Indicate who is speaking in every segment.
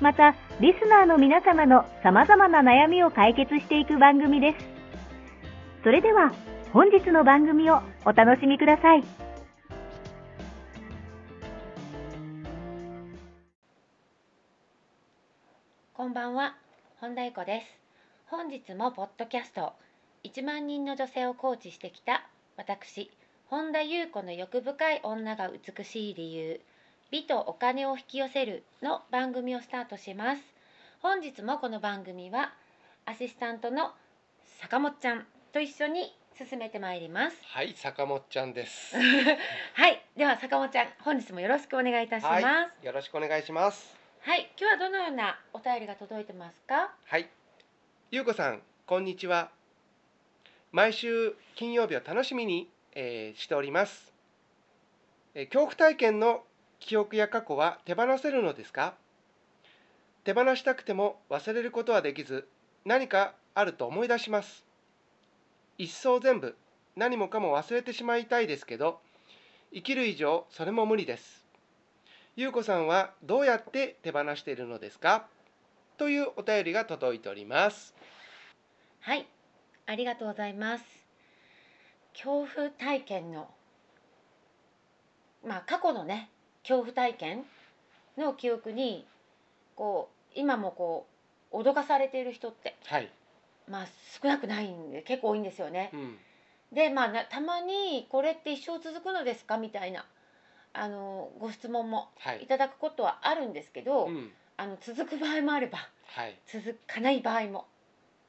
Speaker 1: また、リスナーの皆様の様々な悩みを解決していく番組です。それでは、本日の番組をお楽しみください。
Speaker 2: こんばんは、本田由子です。本日もポッドキャスト1万人の女性をコーチしてきた私、本田優子の欲深い女が美しい理由、美とお金を引き寄せるの番組をスタートします。本日もこの番組はアシスタントの坂本ちゃんと一緒に進めてまいります。
Speaker 3: はい、坂本ちゃんです。
Speaker 2: はい、では坂本ちゃん、本日もよろしくお願いいたします。は、
Speaker 3: はいよろしくお願いします。
Speaker 2: 今日はどのようなお便りが届いてますか？
Speaker 3: はい、ゆうこさん、こんにちは。毎週金曜日を楽しみに、えーしております、えー恐怖体験の記憶や過去は手放せるのですか手放したくても忘れることはできず、何かあると思い出します。一層全部、何もかも忘れてしまいたいですけど、生きる以上それも無理です。ゆうこさんはどうやって手放しているのですかというお便りが届いております。
Speaker 2: はい、ありがとうございます。恐怖体験の、まあ過去のね、恐怖体験の記憶に、こう今もこう脅かされている人って、
Speaker 3: はい。
Speaker 2: まあ少なくないんで結構多いんですよね。
Speaker 3: うん。
Speaker 2: で、まあなたまにこれって一生続くのですかみたいなあのご質問も
Speaker 3: はいい。
Speaker 2: ただくことはあるんですけど、
Speaker 3: うん。
Speaker 2: あの続く場合もあれば
Speaker 3: はい。
Speaker 2: 続かない場合も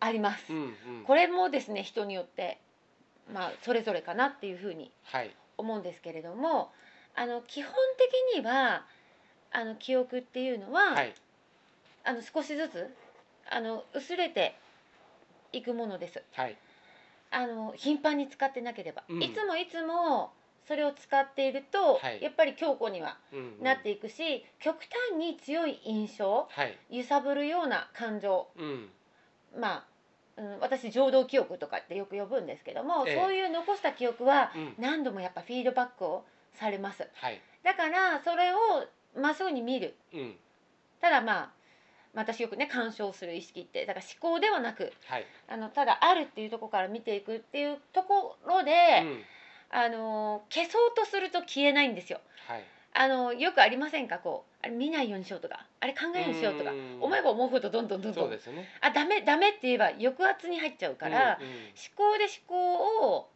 Speaker 2: あります。
Speaker 3: うん。うん。
Speaker 2: これもですね人によって、まあ、それぞれかなっていうふうに
Speaker 3: はい。
Speaker 2: 思うんですけれどもあの基本的にはあの記憶っていうのは、
Speaker 3: はい。
Speaker 2: あの少しずつあの薄れていくものです
Speaker 3: はい。
Speaker 2: あの頻繁に使ってなければ、
Speaker 3: うん
Speaker 2: いつもいつもそれを使っていると、
Speaker 3: はい
Speaker 2: やっぱり強固には
Speaker 3: うん。
Speaker 2: なっていくし、極端に強い印象
Speaker 3: はい。
Speaker 2: 揺さぶるような感情
Speaker 3: うん。
Speaker 2: まあ、うん、私情動記憶とかってよく呼ぶんですけども、
Speaker 3: ええ
Speaker 2: そういう残した記憶は
Speaker 3: うん。
Speaker 2: 何度もやっぱフィードバックをされます
Speaker 3: はい。
Speaker 2: だからそれをまっすぐに見る
Speaker 3: うん。
Speaker 2: ただまあまあ私よくね鑑賞する意識ってだから思考ではなく
Speaker 3: はい。
Speaker 2: あのただあるっていうところから見ていくっていうところで、
Speaker 3: うん。
Speaker 2: あの消そうとすると消えないんですよ
Speaker 3: はい。
Speaker 2: あのよくありませんかこうあれ見ないようにしようとかあれ考えないようにしようとか
Speaker 3: うん
Speaker 2: 思えば思うほどどんどんどんど
Speaker 3: そうんですよね。
Speaker 2: あダメダメって言えば抑圧に入っちゃうから、
Speaker 3: うんうん
Speaker 2: 思考で思考を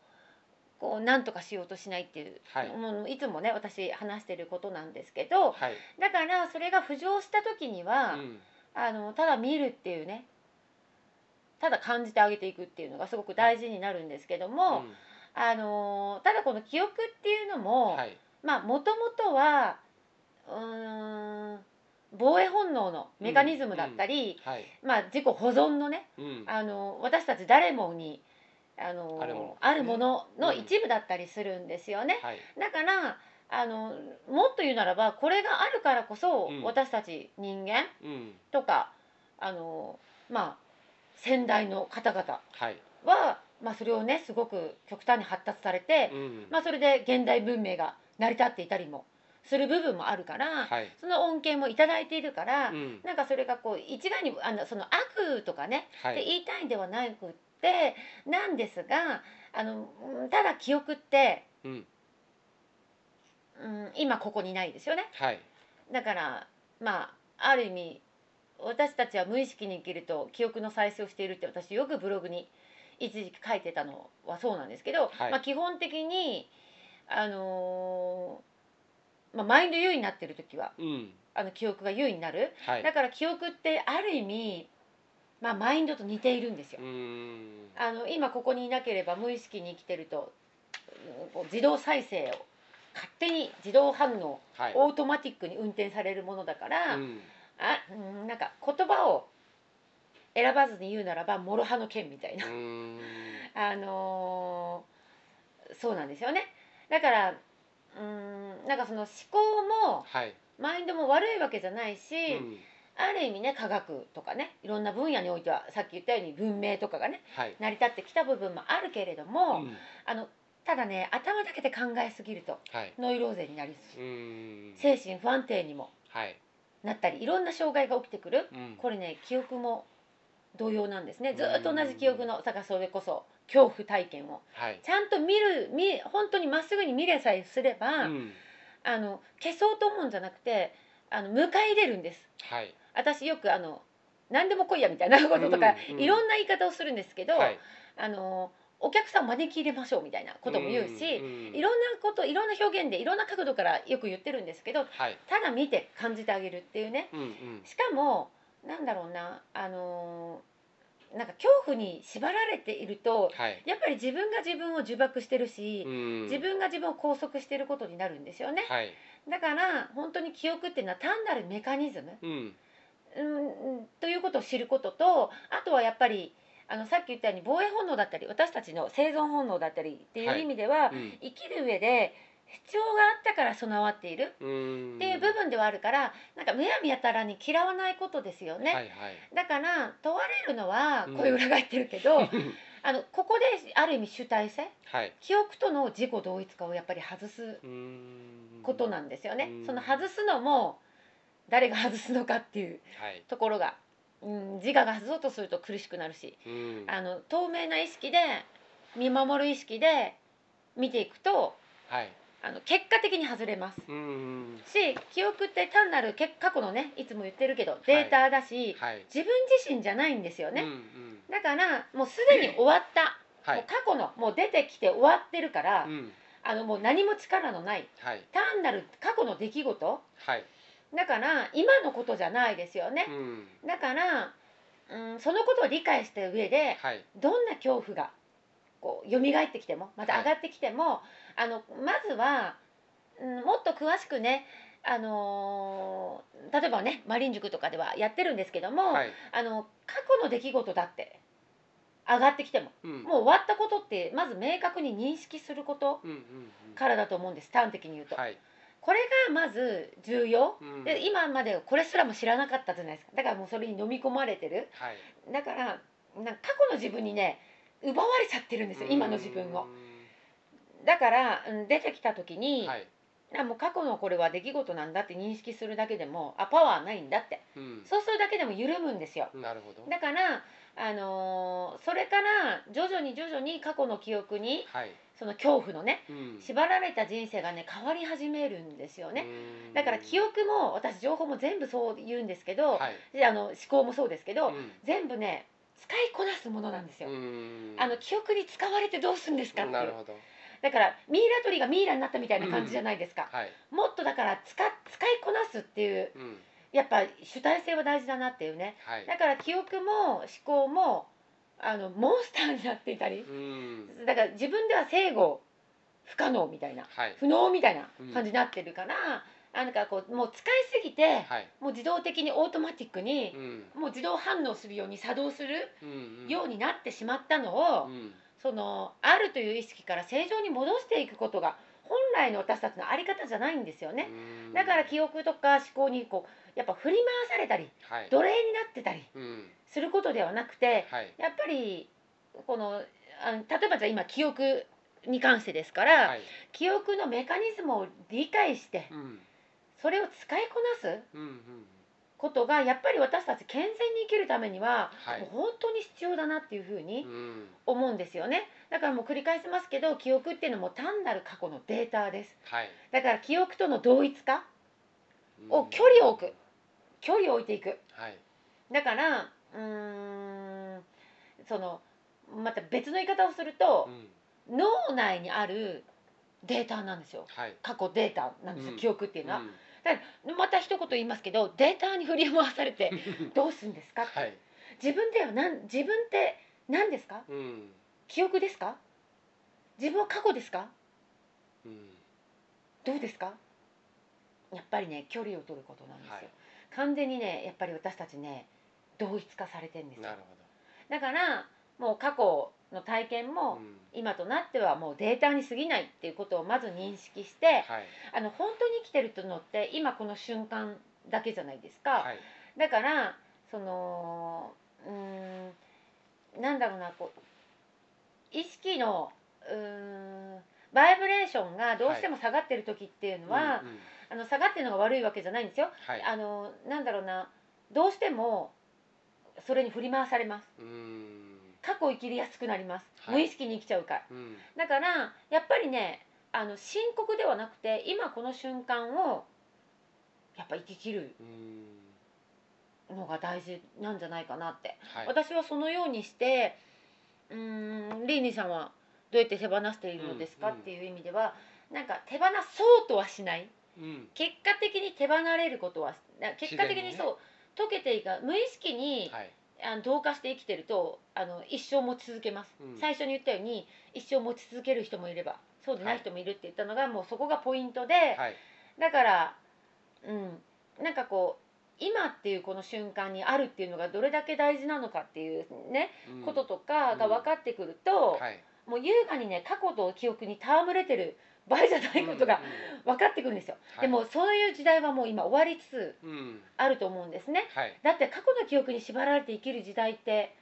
Speaker 2: こうなんとかしようとしないっていう、
Speaker 3: はい
Speaker 2: もういつもね私話してることなんですけど
Speaker 3: はい。
Speaker 2: だからそれが浮上した時には、
Speaker 3: うん。
Speaker 2: あのただ見るっていうねただ感じてあげていくっていうのがすごく大事になるんですけども、
Speaker 3: うん
Speaker 2: あのただこの記憶っていうのも、
Speaker 3: はい。
Speaker 2: まあもともとはうーん防衛本能のメカニズムだったり、
Speaker 3: はい。
Speaker 2: まあ自己保存のね
Speaker 3: うん。
Speaker 2: あの私たち誰もにあの
Speaker 3: あるもの
Speaker 2: あるものの
Speaker 3: うん
Speaker 2: 一部だったりするんですよね。
Speaker 3: はい。
Speaker 2: だからあのもっと言うならばこれがあるからこそ、
Speaker 3: うん
Speaker 2: 私たち人間
Speaker 3: うん。
Speaker 2: とかあのまあ先代の方々
Speaker 3: はい。
Speaker 2: は、まあ、それをねすごく極端に発達されて、
Speaker 3: うん。
Speaker 2: まあ、それで現代文明が成り立っていたりもする部分もあるから、
Speaker 3: はい。
Speaker 2: その恩恵もいただいているから、
Speaker 3: うん。
Speaker 2: なんかそれがこう一概にあのその悪とかね
Speaker 3: は
Speaker 2: って
Speaker 3: い。
Speaker 2: 言いたいんではなくってなんですがあのうんただ記憶って、
Speaker 3: うん。
Speaker 2: うん、今ここにないですよね
Speaker 3: はい。
Speaker 2: だからまあある意味私たちは無意識に生きると記憶の再生をしているって私よくブログに一時期書いてたのはそうなんですけど、
Speaker 3: はい
Speaker 2: まあ、基本的に、あのーまあ、マインド優位になってる時は
Speaker 3: うん
Speaker 2: あの記憶が優位になる
Speaker 3: はい
Speaker 2: だから記憶ってある意味、まあ、マインドと似ているんですよ
Speaker 3: う。ーん
Speaker 2: あの今ここにいなければ無意識に生きてるとうんこう自動再生を勝手に自動反応
Speaker 3: はい
Speaker 2: オートマティックに運転されるものだから、
Speaker 3: うん
Speaker 2: あうんなんか言葉を選ばずに言うならば諸刃の剣みたいうな、
Speaker 3: ーん
Speaker 2: あのーそうなんですよねだからうんなんかその思考も
Speaker 3: はい
Speaker 2: マインドも悪いわけじゃないし、
Speaker 3: うん
Speaker 2: ある意味ね科学とかねいろんな分野においてはさっき言ったように文明とかがね
Speaker 3: はい
Speaker 2: 成り立ってきた部分もあるけれど
Speaker 3: う
Speaker 2: も、
Speaker 3: ん
Speaker 2: あのただね頭だけで考えすぎると
Speaker 3: はい
Speaker 2: ノイローゼになり
Speaker 3: うーん
Speaker 2: 精神不安定にも
Speaker 3: はい
Speaker 2: なったりいろんな障害が起きてくる
Speaker 3: うん
Speaker 2: これね記憶も同様なんですねずーっと同じ記憶のだからそれこそ恐怖体験を
Speaker 3: はい
Speaker 2: ちゃんと見る見本当にまっすぐに見れさえすれば、
Speaker 3: うん
Speaker 2: あの消そうと思うんじゃなくてあの迎え入れるんです
Speaker 3: はい
Speaker 2: 私よくあの何でも来いやみたいなこととか、
Speaker 3: うんうん
Speaker 2: いろんな言い方をするんですけど、
Speaker 3: はい
Speaker 2: あのお客さんを招き入れましょうみたいなことも言うし、
Speaker 3: ん
Speaker 2: いろんなこといろんな表現でいろんな角度からよく言ってるんですけど
Speaker 3: はい
Speaker 2: ただ見て感じてあげるっていうね
Speaker 3: うんうん
Speaker 2: しかもなんだろうなあのーなんか恐怖に縛られていると
Speaker 3: はい
Speaker 2: やっぱり自分が自分を呪縛してるし、
Speaker 3: うん
Speaker 2: 自分が自分を拘束してることになるんですよね
Speaker 3: はい
Speaker 2: だから本当に記憶っていうのは単なるメカニズム、
Speaker 3: うん
Speaker 2: うん、ということを知ることとあとはやっぱりあのさっき言ったように防衛本能だったり私たちの生存本能だったりっていう意味では、
Speaker 3: うん
Speaker 2: 生きる上で必要があったから備わっている
Speaker 3: うーん
Speaker 2: っていう部分ではあるから、なんかむやみやたらに嫌わないことですよね。
Speaker 3: はいはい
Speaker 2: だから問われるのは
Speaker 3: うん
Speaker 2: これ裏返ってるけ ど、あのここである意味主体性
Speaker 3: はい
Speaker 2: 記憶との自己同一化をやっぱり外す
Speaker 3: うーん
Speaker 2: ことな
Speaker 3: は
Speaker 2: んですよね、
Speaker 3: うん
Speaker 2: その外すのも誰が外すのかっていう
Speaker 3: い
Speaker 2: ところが、うん、自我が外そうとすると苦しくなるし
Speaker 3: うん
Speaker 2: あの透明な意識で見守る意識で見ていくと
Speaker 3: はい
Speaker 2: あの結果的に外れます
Speaker 3: うーん
Speaker 2: し記憶って単なるけ過去のねいつも言ってるけどデータだし、
Speaker 3: はい
Speaker 2: 自分自身じゃないんですよね、
Speaker 3: うんうん
Speaker 2: だからもうすでに終わった、
Speaker 3: は
Speaker 2: もう
Speaker 3: い
Speaker 2: 過去のもう出てきて終わってるから、
Speaker 3: うん
Speaker 2: あのもう何も力のない
Speaker 3: はい
Speaker 2: 単なる過去の出来事
Speaker 3: はい
Speaker 2: だから今のことじゃないですよね
Speaker 3: う、ん
Speaker 2: だから、うん、そのことを理解した上で
Speaker 3: はい
Speaker 2: どんな恐怖がこう蘇ってきてもまた上がってきても、あのまずは、うん、もっと詳しくねあのー例えばねマリン塾とかではやってるんですけども、
Speaker 3: はい
Speaker 2: あの過去の出来事だって上がってきても
Speaker 3: うん
Speaker 2: もう終わったことってまず明確に認識すること
Speaker 3: うんうんうん
Speaker 2: からだと思うんです端的に言うと、
Speaker 3: はい
Speaker 2: これがまず重要
Speaker 3: うん
Speaker 2: で今までこれすらも知らなかったじゃないですかだからもうそれに飲み込まれてる
Speaker 3: はい
Speaker 2: だからなんか過去の自分にね奪われちゃってるんですよ今の自分を
Speaker 3: う
Speaker 2: だから、うん出てきた時
Speaker 3: ーん
Speaker 2: に、
Speaker 3: はい
Speaker 2: あもう過去のこれは出来事なんだって認識するだけでもあパワーないんだって
Speaker 3: うん
Speaker 2: そうするだけでも緩むんですよ
Speaker 3: なるほど
Speaker 2: だから、あのーそれから徐々に徐々に過去の記憶に
Speaker 3: はい
Speaker 2: その恐怖のね
Speaker 3: うん
Speaker 2: 縛られた人生がね変わり始めるんですよ
Speaker 3: う
Speaker 2: ね
Speaker 3: ーん
Speaker 2: だから記憶も私情報も全部そう言うんですけど、
Speaker 3: はい
Speaker 2: であの思考もそうですけど、
Speaker 3: うん
Speaker 2: 全部ね使いこなすものなんですよ、
Speaker 3: うーん
Speaker 2: あの記憶に使われてどうするんですかってい
Speaker 3: なる
Speaker 2: う
Speaker 3: ほど
Speaker 2: だからミイラ取りがミイラになったみたいな感じじゃないですか、
Speaker 3: はい
Speaker 2: もっとだから使使いこなすっていう
Speaker 3: うん
Speaker 2: やっぱ主体性は大事だなっていうね
Speaker 3: はい
Speaker 2: だから記憶も思考もあのモンスターになっていたり
Speaker 3: うん
Speaker 2: だから自分では正語不可能みたいな
Speaker 3: はい
Speaker 2: 不能みたいな感じになってるから、あなんかこうもう使いすぎて
Speaker 3: はい
Speaker 2: もう自動的にオートマティックに
Speaker 3: う、ん
Speaker 2: もう自動反応するように作動する
Speaker 3: うんん
Speaker 2: ようになってしまったのを、
Speaker 3: うん
Speaker 2: そのあるという意識から正常に戻していくことが本来の私たちのあり方じゃないんですよね、
Speaker 3: うん
Speaker 2: だから記憶とか思考にこうやっぱ振り回されたり
Speaker 3: はい
Speaker 2: 奴隷になってたり
Speaker 3: うん
Speaker 2: することではなくて
Speaker 3: はい
Speaker 2: やっぱりこのあの例えばじゃあ今記憶に関してですから、
Speaker 3: はい
Speaker 2: 記憶のメカニズムを理解して
Speaker 3: うん
Speaker 2: それを使いこなす
Speaker 3: うんうん
Speaker 2: ことがやっぱり私たち健全に生きるためには、
Speaker 3: はい
Speaker 2: もう本当に必要だなっていうふうに
Speaker 3: うん
Speaker 2: 思うんですよねだからもう繰り返しますけど記憶っていうのも単なる過去のデータです
Speaker 3: はい
Speaker 2: だから記憶との同一化
Speaker 3: うん
Speaker 2: を距離を置く距離を置いていく
Speaker 3: はい
Speaker 2: だからうーんそのまた別の言い方をすると
Speaker 3: う、ん
Speaker 2: 脳内にあるデータなんですよ
Speaker 3: はい
Speaker 2: 過去データなんですよ、
Speaker 3: うん
Speaker 2: 記憶っていうの は、
Speaker 3: う
Speaker 2: また一言言いますけどデータに振り回されて
Speaker 3: ん
Speaker 2: どうするんですか、
Speaker 3: はい、
Speaker 2: 自分ではなん自分って何ですか
Speaker 3: うん
Speaker 2: 記憶ですか自分は過去ですか
Speaker 3: うん
Speaker 2: どうですかやっぱりね距離を取ることなんですよ、
Speaker 3: はい
Speaker 2: 完全にねやっぱり私たちね同一化されてるんですよ
Speaker 3: なる
Speaker 2: だからもう過去の体験
Speaker 3: ほど、
Speaker 2: も、
Speaker 3: うん
Speaker 2: 今となってはもうデータに過ぎないっていうことをまず認識して
Speaker 3: はい
Speaker 2: あの本当に生きてるとのって今この瞬間だけじゃないですか、
Speaker 3: はい
Speaker 2: だからそのうーんなんだろうなこう意識のうーんバイブレーションがどうしても下がってる時っていうのは、
Speaker 3: うんうん
Speaker 2: あの下がってるのが悪いわけじゃないんですよ。
Speaker 3: はい
Speaker 2: あのなんだろうなどうしてもそれに振り回されます。
Speaker 3: うん
Speaker 2: 過去を生きりやすくなります。
Speaker 3: はい
Speaker 2: 無意識に生きちゃうから。
Speaker 3: うん
Speaker 2: だからやっぱりねあの深刻ではなくて今この瞬間をやっぱ生き切る
Speaker 3: うん
Speaker 2: のが大事なんじゃないかなって、
Speaker 3: はい
Speaker 2: 私はそのようにしてうーんリーニーさんはどうやって手放しているのですか
Speaker 3: うんうん
Speaker 2: っていう意味では、なんか手放そうとはしない
Speaker 3: うん
Speaker 2: 結果的に手離れることはな結果的に
Speaker 3: 自
Speaker 2: そ
Speaker 3: 然
Speaker 2: う溶
Speaker 3: に
Speaker 2: けていか無意識に、
Speaker 3: はい
Speaker 2: あの同化して生きてるとあの一生持ち続けます、
Speaker 3: うん
Speaker 2: 最初に言ったように一生持ち続ける人もいればそうでない人もいるって言ったのが、もうそこがポイントで、
Speaker 3: はい
Speaker 2: だからうんなんかこう今っていうこの瞬間にあるっていうのがどれだけ大事なのかっていうね、
Speaker 3: うん
Speaker 2: こととかが分かってくると、
Speaker 3: はい
Speaker 2: もう優雅にね過去と記憶に戯れてる場合じゃないことが
Speaker 3: うんうん
Speaker 2: 分かってくるんですよ、
Speaker 3: は
Speaker 2: で
Speaker 3: い
Speaker 2: もそういう時代はもう今終わりつつ
Speaker 3: うん
Speaker 2: あると思うんですね
Speaker 3: はい
Speaker 2: だって過去の記憶に縛られて生きる時代って、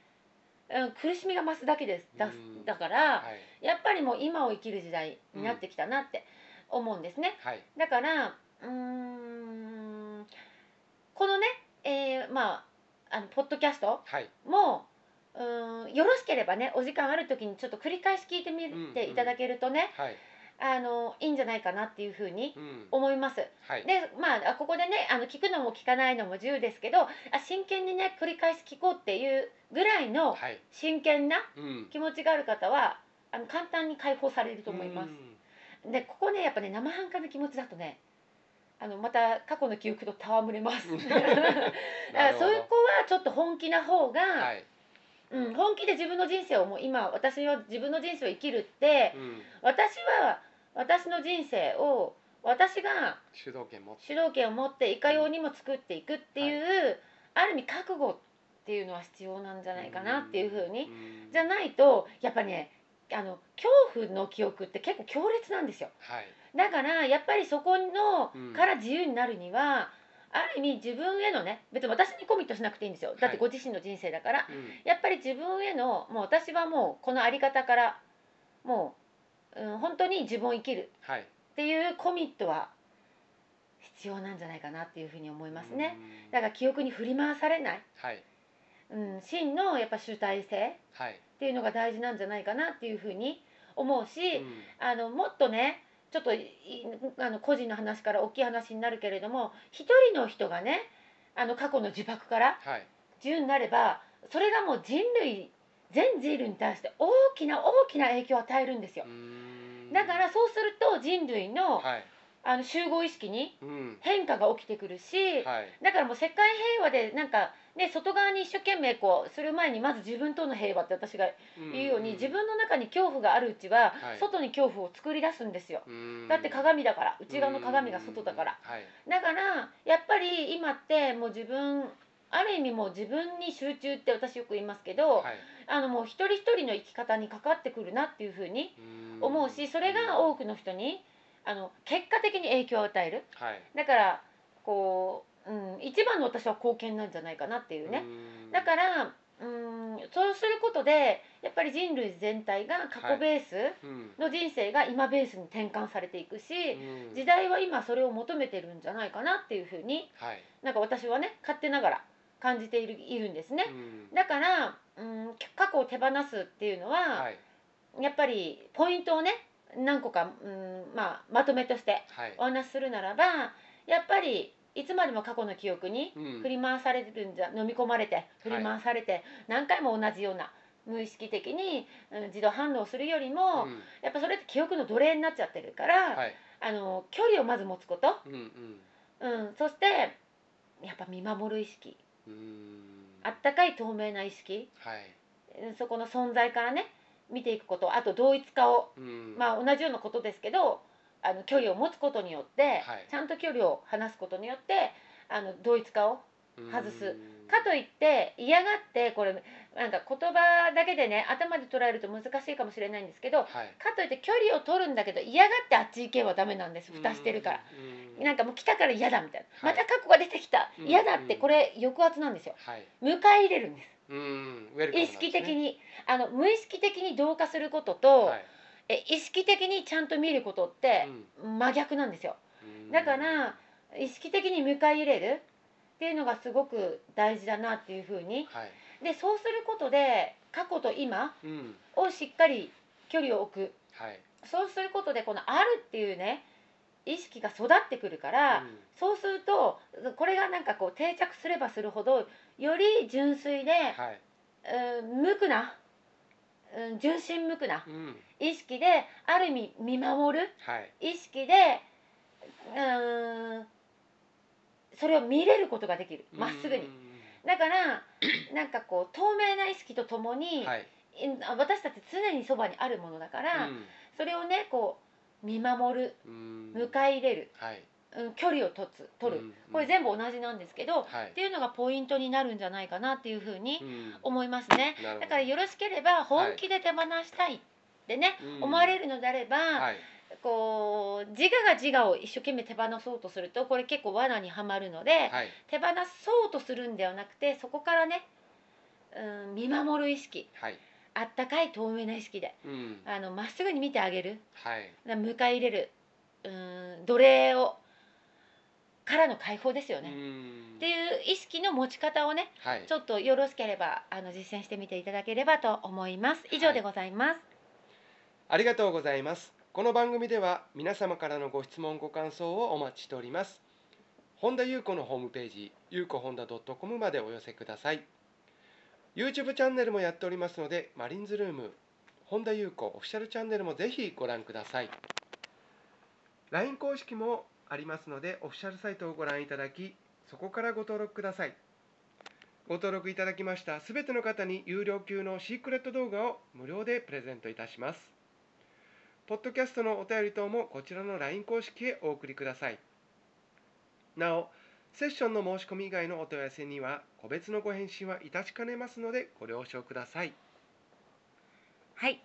Speaker 2: うん、苦しみが増すだけですだ
Speaker 3: うん
Speaker 2: だから、
Speaker 3: はい
Speaker 2: やっぱりもう今を生きる時代になってきたなって思うんですね、
Speaker 3: はい
Speaker 2: だからうーんこのね、えーまああのポッドキャスト
Speaker 3: はい
Speaker 2: もうーんよろしければねお時間ある時にちょっと繰り返し聞いてみ
Speaker 3: うん
Speaker 2: ていただけるとね、
Speaker 3: はい
Speaker 2: あのいいんじゃないかなっていうふうに
Speaker 3: うん
Speaker 2: 思います。
Speaker 3: はい
Speaker 2: でまあここでねあの聞くのも聞かないのも自由ですけどあ真剣にね繰り返し聞こうっていうぐらいの
Speaker 3: はい
Speaker 2: 真剣な
Speaker 3: うん
Speaker 2: 気持ちがある方はあの簡単に解放されると思います。でここねやっぱね生半可な気持ちだとねあのまた過去の記憶と戯れます。
Speaker 3: うん
Speaker 2: だからそういう子はちょっと本気な方が、
Speaker 3: うんはい
Speaker 2: うん、本気で自分の人生をもう今私は自分の人生を生きるって
Speaker 3: うん
Speaker 2: 私は私の人生を私が
Speaker 3: 主導権持って
Speaker 2: 主導権を持っていかようにも作っていくっていう、ある意味覚悟っていうのは必要なんじゃないかなっていうふうに、
Speaker 3: ん
Speaker 2: じゃないとやっぱねあの恐怖の記憶って結構強烈なんですよ。
Speaker 3: はい
Speaker 2: だからやっぱりそこの
Speaker 3: うん
Speaker 2: から自由になるには、ある意味自分へのね別に私にコミットしなくていいんですよだって
Speaker 3: はい
Speaker 2: ご自身の人生だから、
Speaker 3: うん
Speaker 2: やっぱり自分へのもう私はもうこの在り方からもう、うん、本当に自分を生きる
Speaker 3: はい
Speaker 2: っていうコミットは必要なんじゃないかなっていうふうに思いますね、
Speaker 3: うん
Speaker 2: だから記憶に振り回されない、
Speaker 3: はい
Speaker 2: うん、真のやっぱ主体性っ
Speaker 3: はい
Speaker 2: ていうのが大事なんじゃないかなっていうふうに思うし、
Speaker 3: うん
Speaker 2: あのもっとねちょっといいあの個人の話から大きい話になるけれども一人の人がねあの過去の呪縛から
Speaker 3: はい
Speaker 2: 自由になればそれがもう人類全人類に対して大きな大きな影響を与えるんですよ
Speaker 3: うん
Speaker 2: だからそうすると人類の
Speaker 3: はい
Speaker 2: あの集合意識に
Speaker 3: うん
Speaker 2: 変化が起きてくるし
Speaker 3: はい
Speaker 2: だからもう世界平和でなんかね外側に一生懸命こうする前にまず自分との平和って私が言うように自分の中に恐怖があるうちは
Speaker 3: はい
Speaker 2: 外に恐怖を作り出すんですよ
Speaker 3: 分
Speaker 2: だって鏡だから内側の鏡が外だから
Speaker 3: はい
Speaker 2: だからやっぱり今ってもう自分ある意味もう自分に集中って私よく言いますけど、
Speaker 3: はい
Speaker 2: あのもう一人一人の生き方にかかってくるなっていうふうに思うしそれが多
Speaker 3: く
Speaker 2: くの人にあの結果的に影響を与える
Speaker 3: はい
Speaker 2: だからこう、うん、一番の私は貢献なんじゃないかなっていうね、だからうんそうすることでやっぱり人類全体が過去ベース
Speaker 3: らうん
Speaker 2: の人生が今ベースに転換されていくし、
Speaker 3: うん
Speaker 2: 時代は今それを求めてるんじゃないかなっていうふうに
Speaker 3: はい
Speaker 2: なんか私はね勝手ながら感じているいるんですね。
Speaker 3: うん
Speaker 2: だから、うん、過去を手放すっていうのは、
Speaker 3: はい
Speaker 2: やっぱりポイントをね何個か、うんまあ、まとめとして
Speaker 3: はい
Speaker 2: お話しするならばやっぱりいつまでも過去の記憶に
Speaker 3: うん
Speaker 2: 振り回されてるんじゃ飲み込まれて振り回されて、何回も同じような無意識的に、うん、自動反応するよりも、
Speaker 3: うん
Speaker 2: やっぱそれって記憶の奴隷になっちゃってるから、
Speaker 3: はい
Speaker 2: あの距離をまず持つこと、
Speaker 3: うんうん
Speaker 2: うん、そしてやっぱ見守る意識
Speaker 3: うーん
Speaker 2: あったかい透明な意識
Speaker 3: はい
Speaker 2: うんそこの存在からね見ていくことあと同一化を、
Speaker 3: うん
Speaker 2: まあ、同じようなことですけどあの距離を持つことによって、
Speaker 3: はい
Speaker 2: ちゃんと距離を離すことによってあの同一化を外す
Speaker 3: うん
Speaker 2: かといって嫌がってこれなんか言葉だけでね頭で捉えると難しいかもしれないんですけど
Speaker 3: はい
Speaker 2: かといって距離を取るんだけど嫌がってあっち行けはダメなんです蓋してるから。
Speaker 3: うん
Speaker 2: なんかもう来たから嫌だみたいな、
Speaker 3: はい
Speaker 2: また過去が出てきた
Speaker 3: うん
Speaker 2: 嫌だって
Speaker 3: うん
Speaker 2: これ抑圧なんですよ
Speaker 3: はい
Speaker 2: 迎え入れるんです
Speaker 3: うんウェルカムなん
Speaker 2: 意
Speaker 3: ですね
Speaker 2: 識的に、あの無意識的に同化することと、
Speaker 3: はい
Speaker 2: え意識的にちゃんと見ることって
Speaker 3: うん
Speaker 2: 真逆なんですよ
Speaker 3: うん
Speaker 2: だから意識的に迎え入れるっていうのがすごく大事だなっていうふうに
Speaker 3: はい
Speaker 2: でそうすることで過去と今
Speaker 3: うん
Speaker 2: をしっかり距離を置く
Speaker 3: はい
Speaker 2: そうすることでこの「ある」っていうね意識が育ってくるから、
Speaker 3: うん
Speaker 2: そうするとこれがなんかこう定着すればするほどより純粋で、
Speaker 3: はい
Speaker 2: うん無垢な、うん、純真無垢な
Speaker 3: うん
Speaker 2: 意識である意味見守る
Speaker 3: はい
Speaker 2: 意識でうんそれを見れることができるまっすぐに。
Speaker 3: うん
Speaker 2: だから なんかこう透明な意識とともに、
Speaker 3: はい
Speaker 2: うん私たち常にそばにあるものだから、それをねこう見守る
Speaker 3: うん
Speaker 2: 迎え入れる、
Speaker 3: はい
Speaker 2: うん、距離をとつ取る、
Speaker 3: うん
Speaker 2: これ全部同じなんですけど、っ
Speaker 3: はい
Speaker 2: ていうのがポイントになるんじゃないかなっていうふうに
Speaker 3: うん
Speaker 2: 思いますね。
Speaker 3: なるほど
Speaker 2: だからよろしければ本気で手放したいってね、
Speaker 3: うん
Speaker 2: 思われるのであれば、
Speaker 3: はい
Speaker 2: こう自我が自我を一生懸命手放そうとするとこれ結構罠にはまるので、
Speaker 3: はい
Speaker 2: 手放そうとするんではなくてそこからね、うん、見守る意識
Speaker 3: はい
Speaker 2: あったかい透明な意識で
Speaker 3: うん
Speaker 2: あのまっすぐに見てあげる
Speaker 3: はい
Speaker 2: な迎え入れる、うん、奴隷をからの解放ですよね、
Speaker 3: うん
Speaker 2: っていう意識の持ち方をね
Speaker 3: はい
Speaker 2: ちょっとよろしければあの実践してみていただければと思います以上でございます、
Speaker 3: ありがとうございます。この番組では皆様からのご質問ご感想をお待ちしております。本田裕子のホームページ、ゆうこ本田 .com までお寄せください。YouTube チャンネルもやっておりますので、マリンズルーム、本田裕子オフィシャルチャンネルもぜひご覧ください。LINE 公式もありますので、オフィシャルサイトをご覧いただき、そこからご登録ください。ご登録いただきましたすべての方に有料級のシークレット動画を無料でプレゼントいたします。ポッドキャストのお便り等もこちらの LINE 公式へお送りください。なお、セッションの申し込み以外のお問い合わせには、個別のご返信はいたしかねますので、ご了承ください。
Speaker 2: はい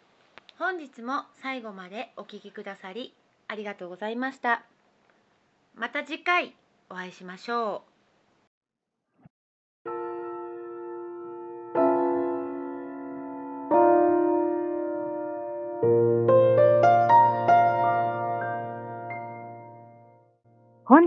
Speaker 2: 本日も最後までお聞きくださりありがとうございましたまた次回お会いしましょう
Speaker 1: 本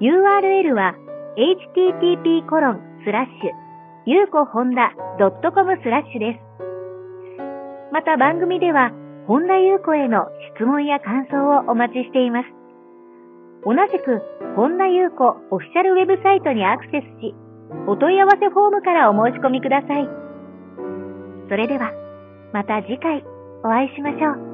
Speaker 1: URL は http コロンスラッシュゆうこほんだ .com スラッシュです。また番組では、本田ゆう子への質問や感想をお待ちしています。同じく、本田ゆう子オフィシャルウェブサイトにアクセスし、お問い合わせフォームからお申し込みください。それでは、また次回お会いしましょう。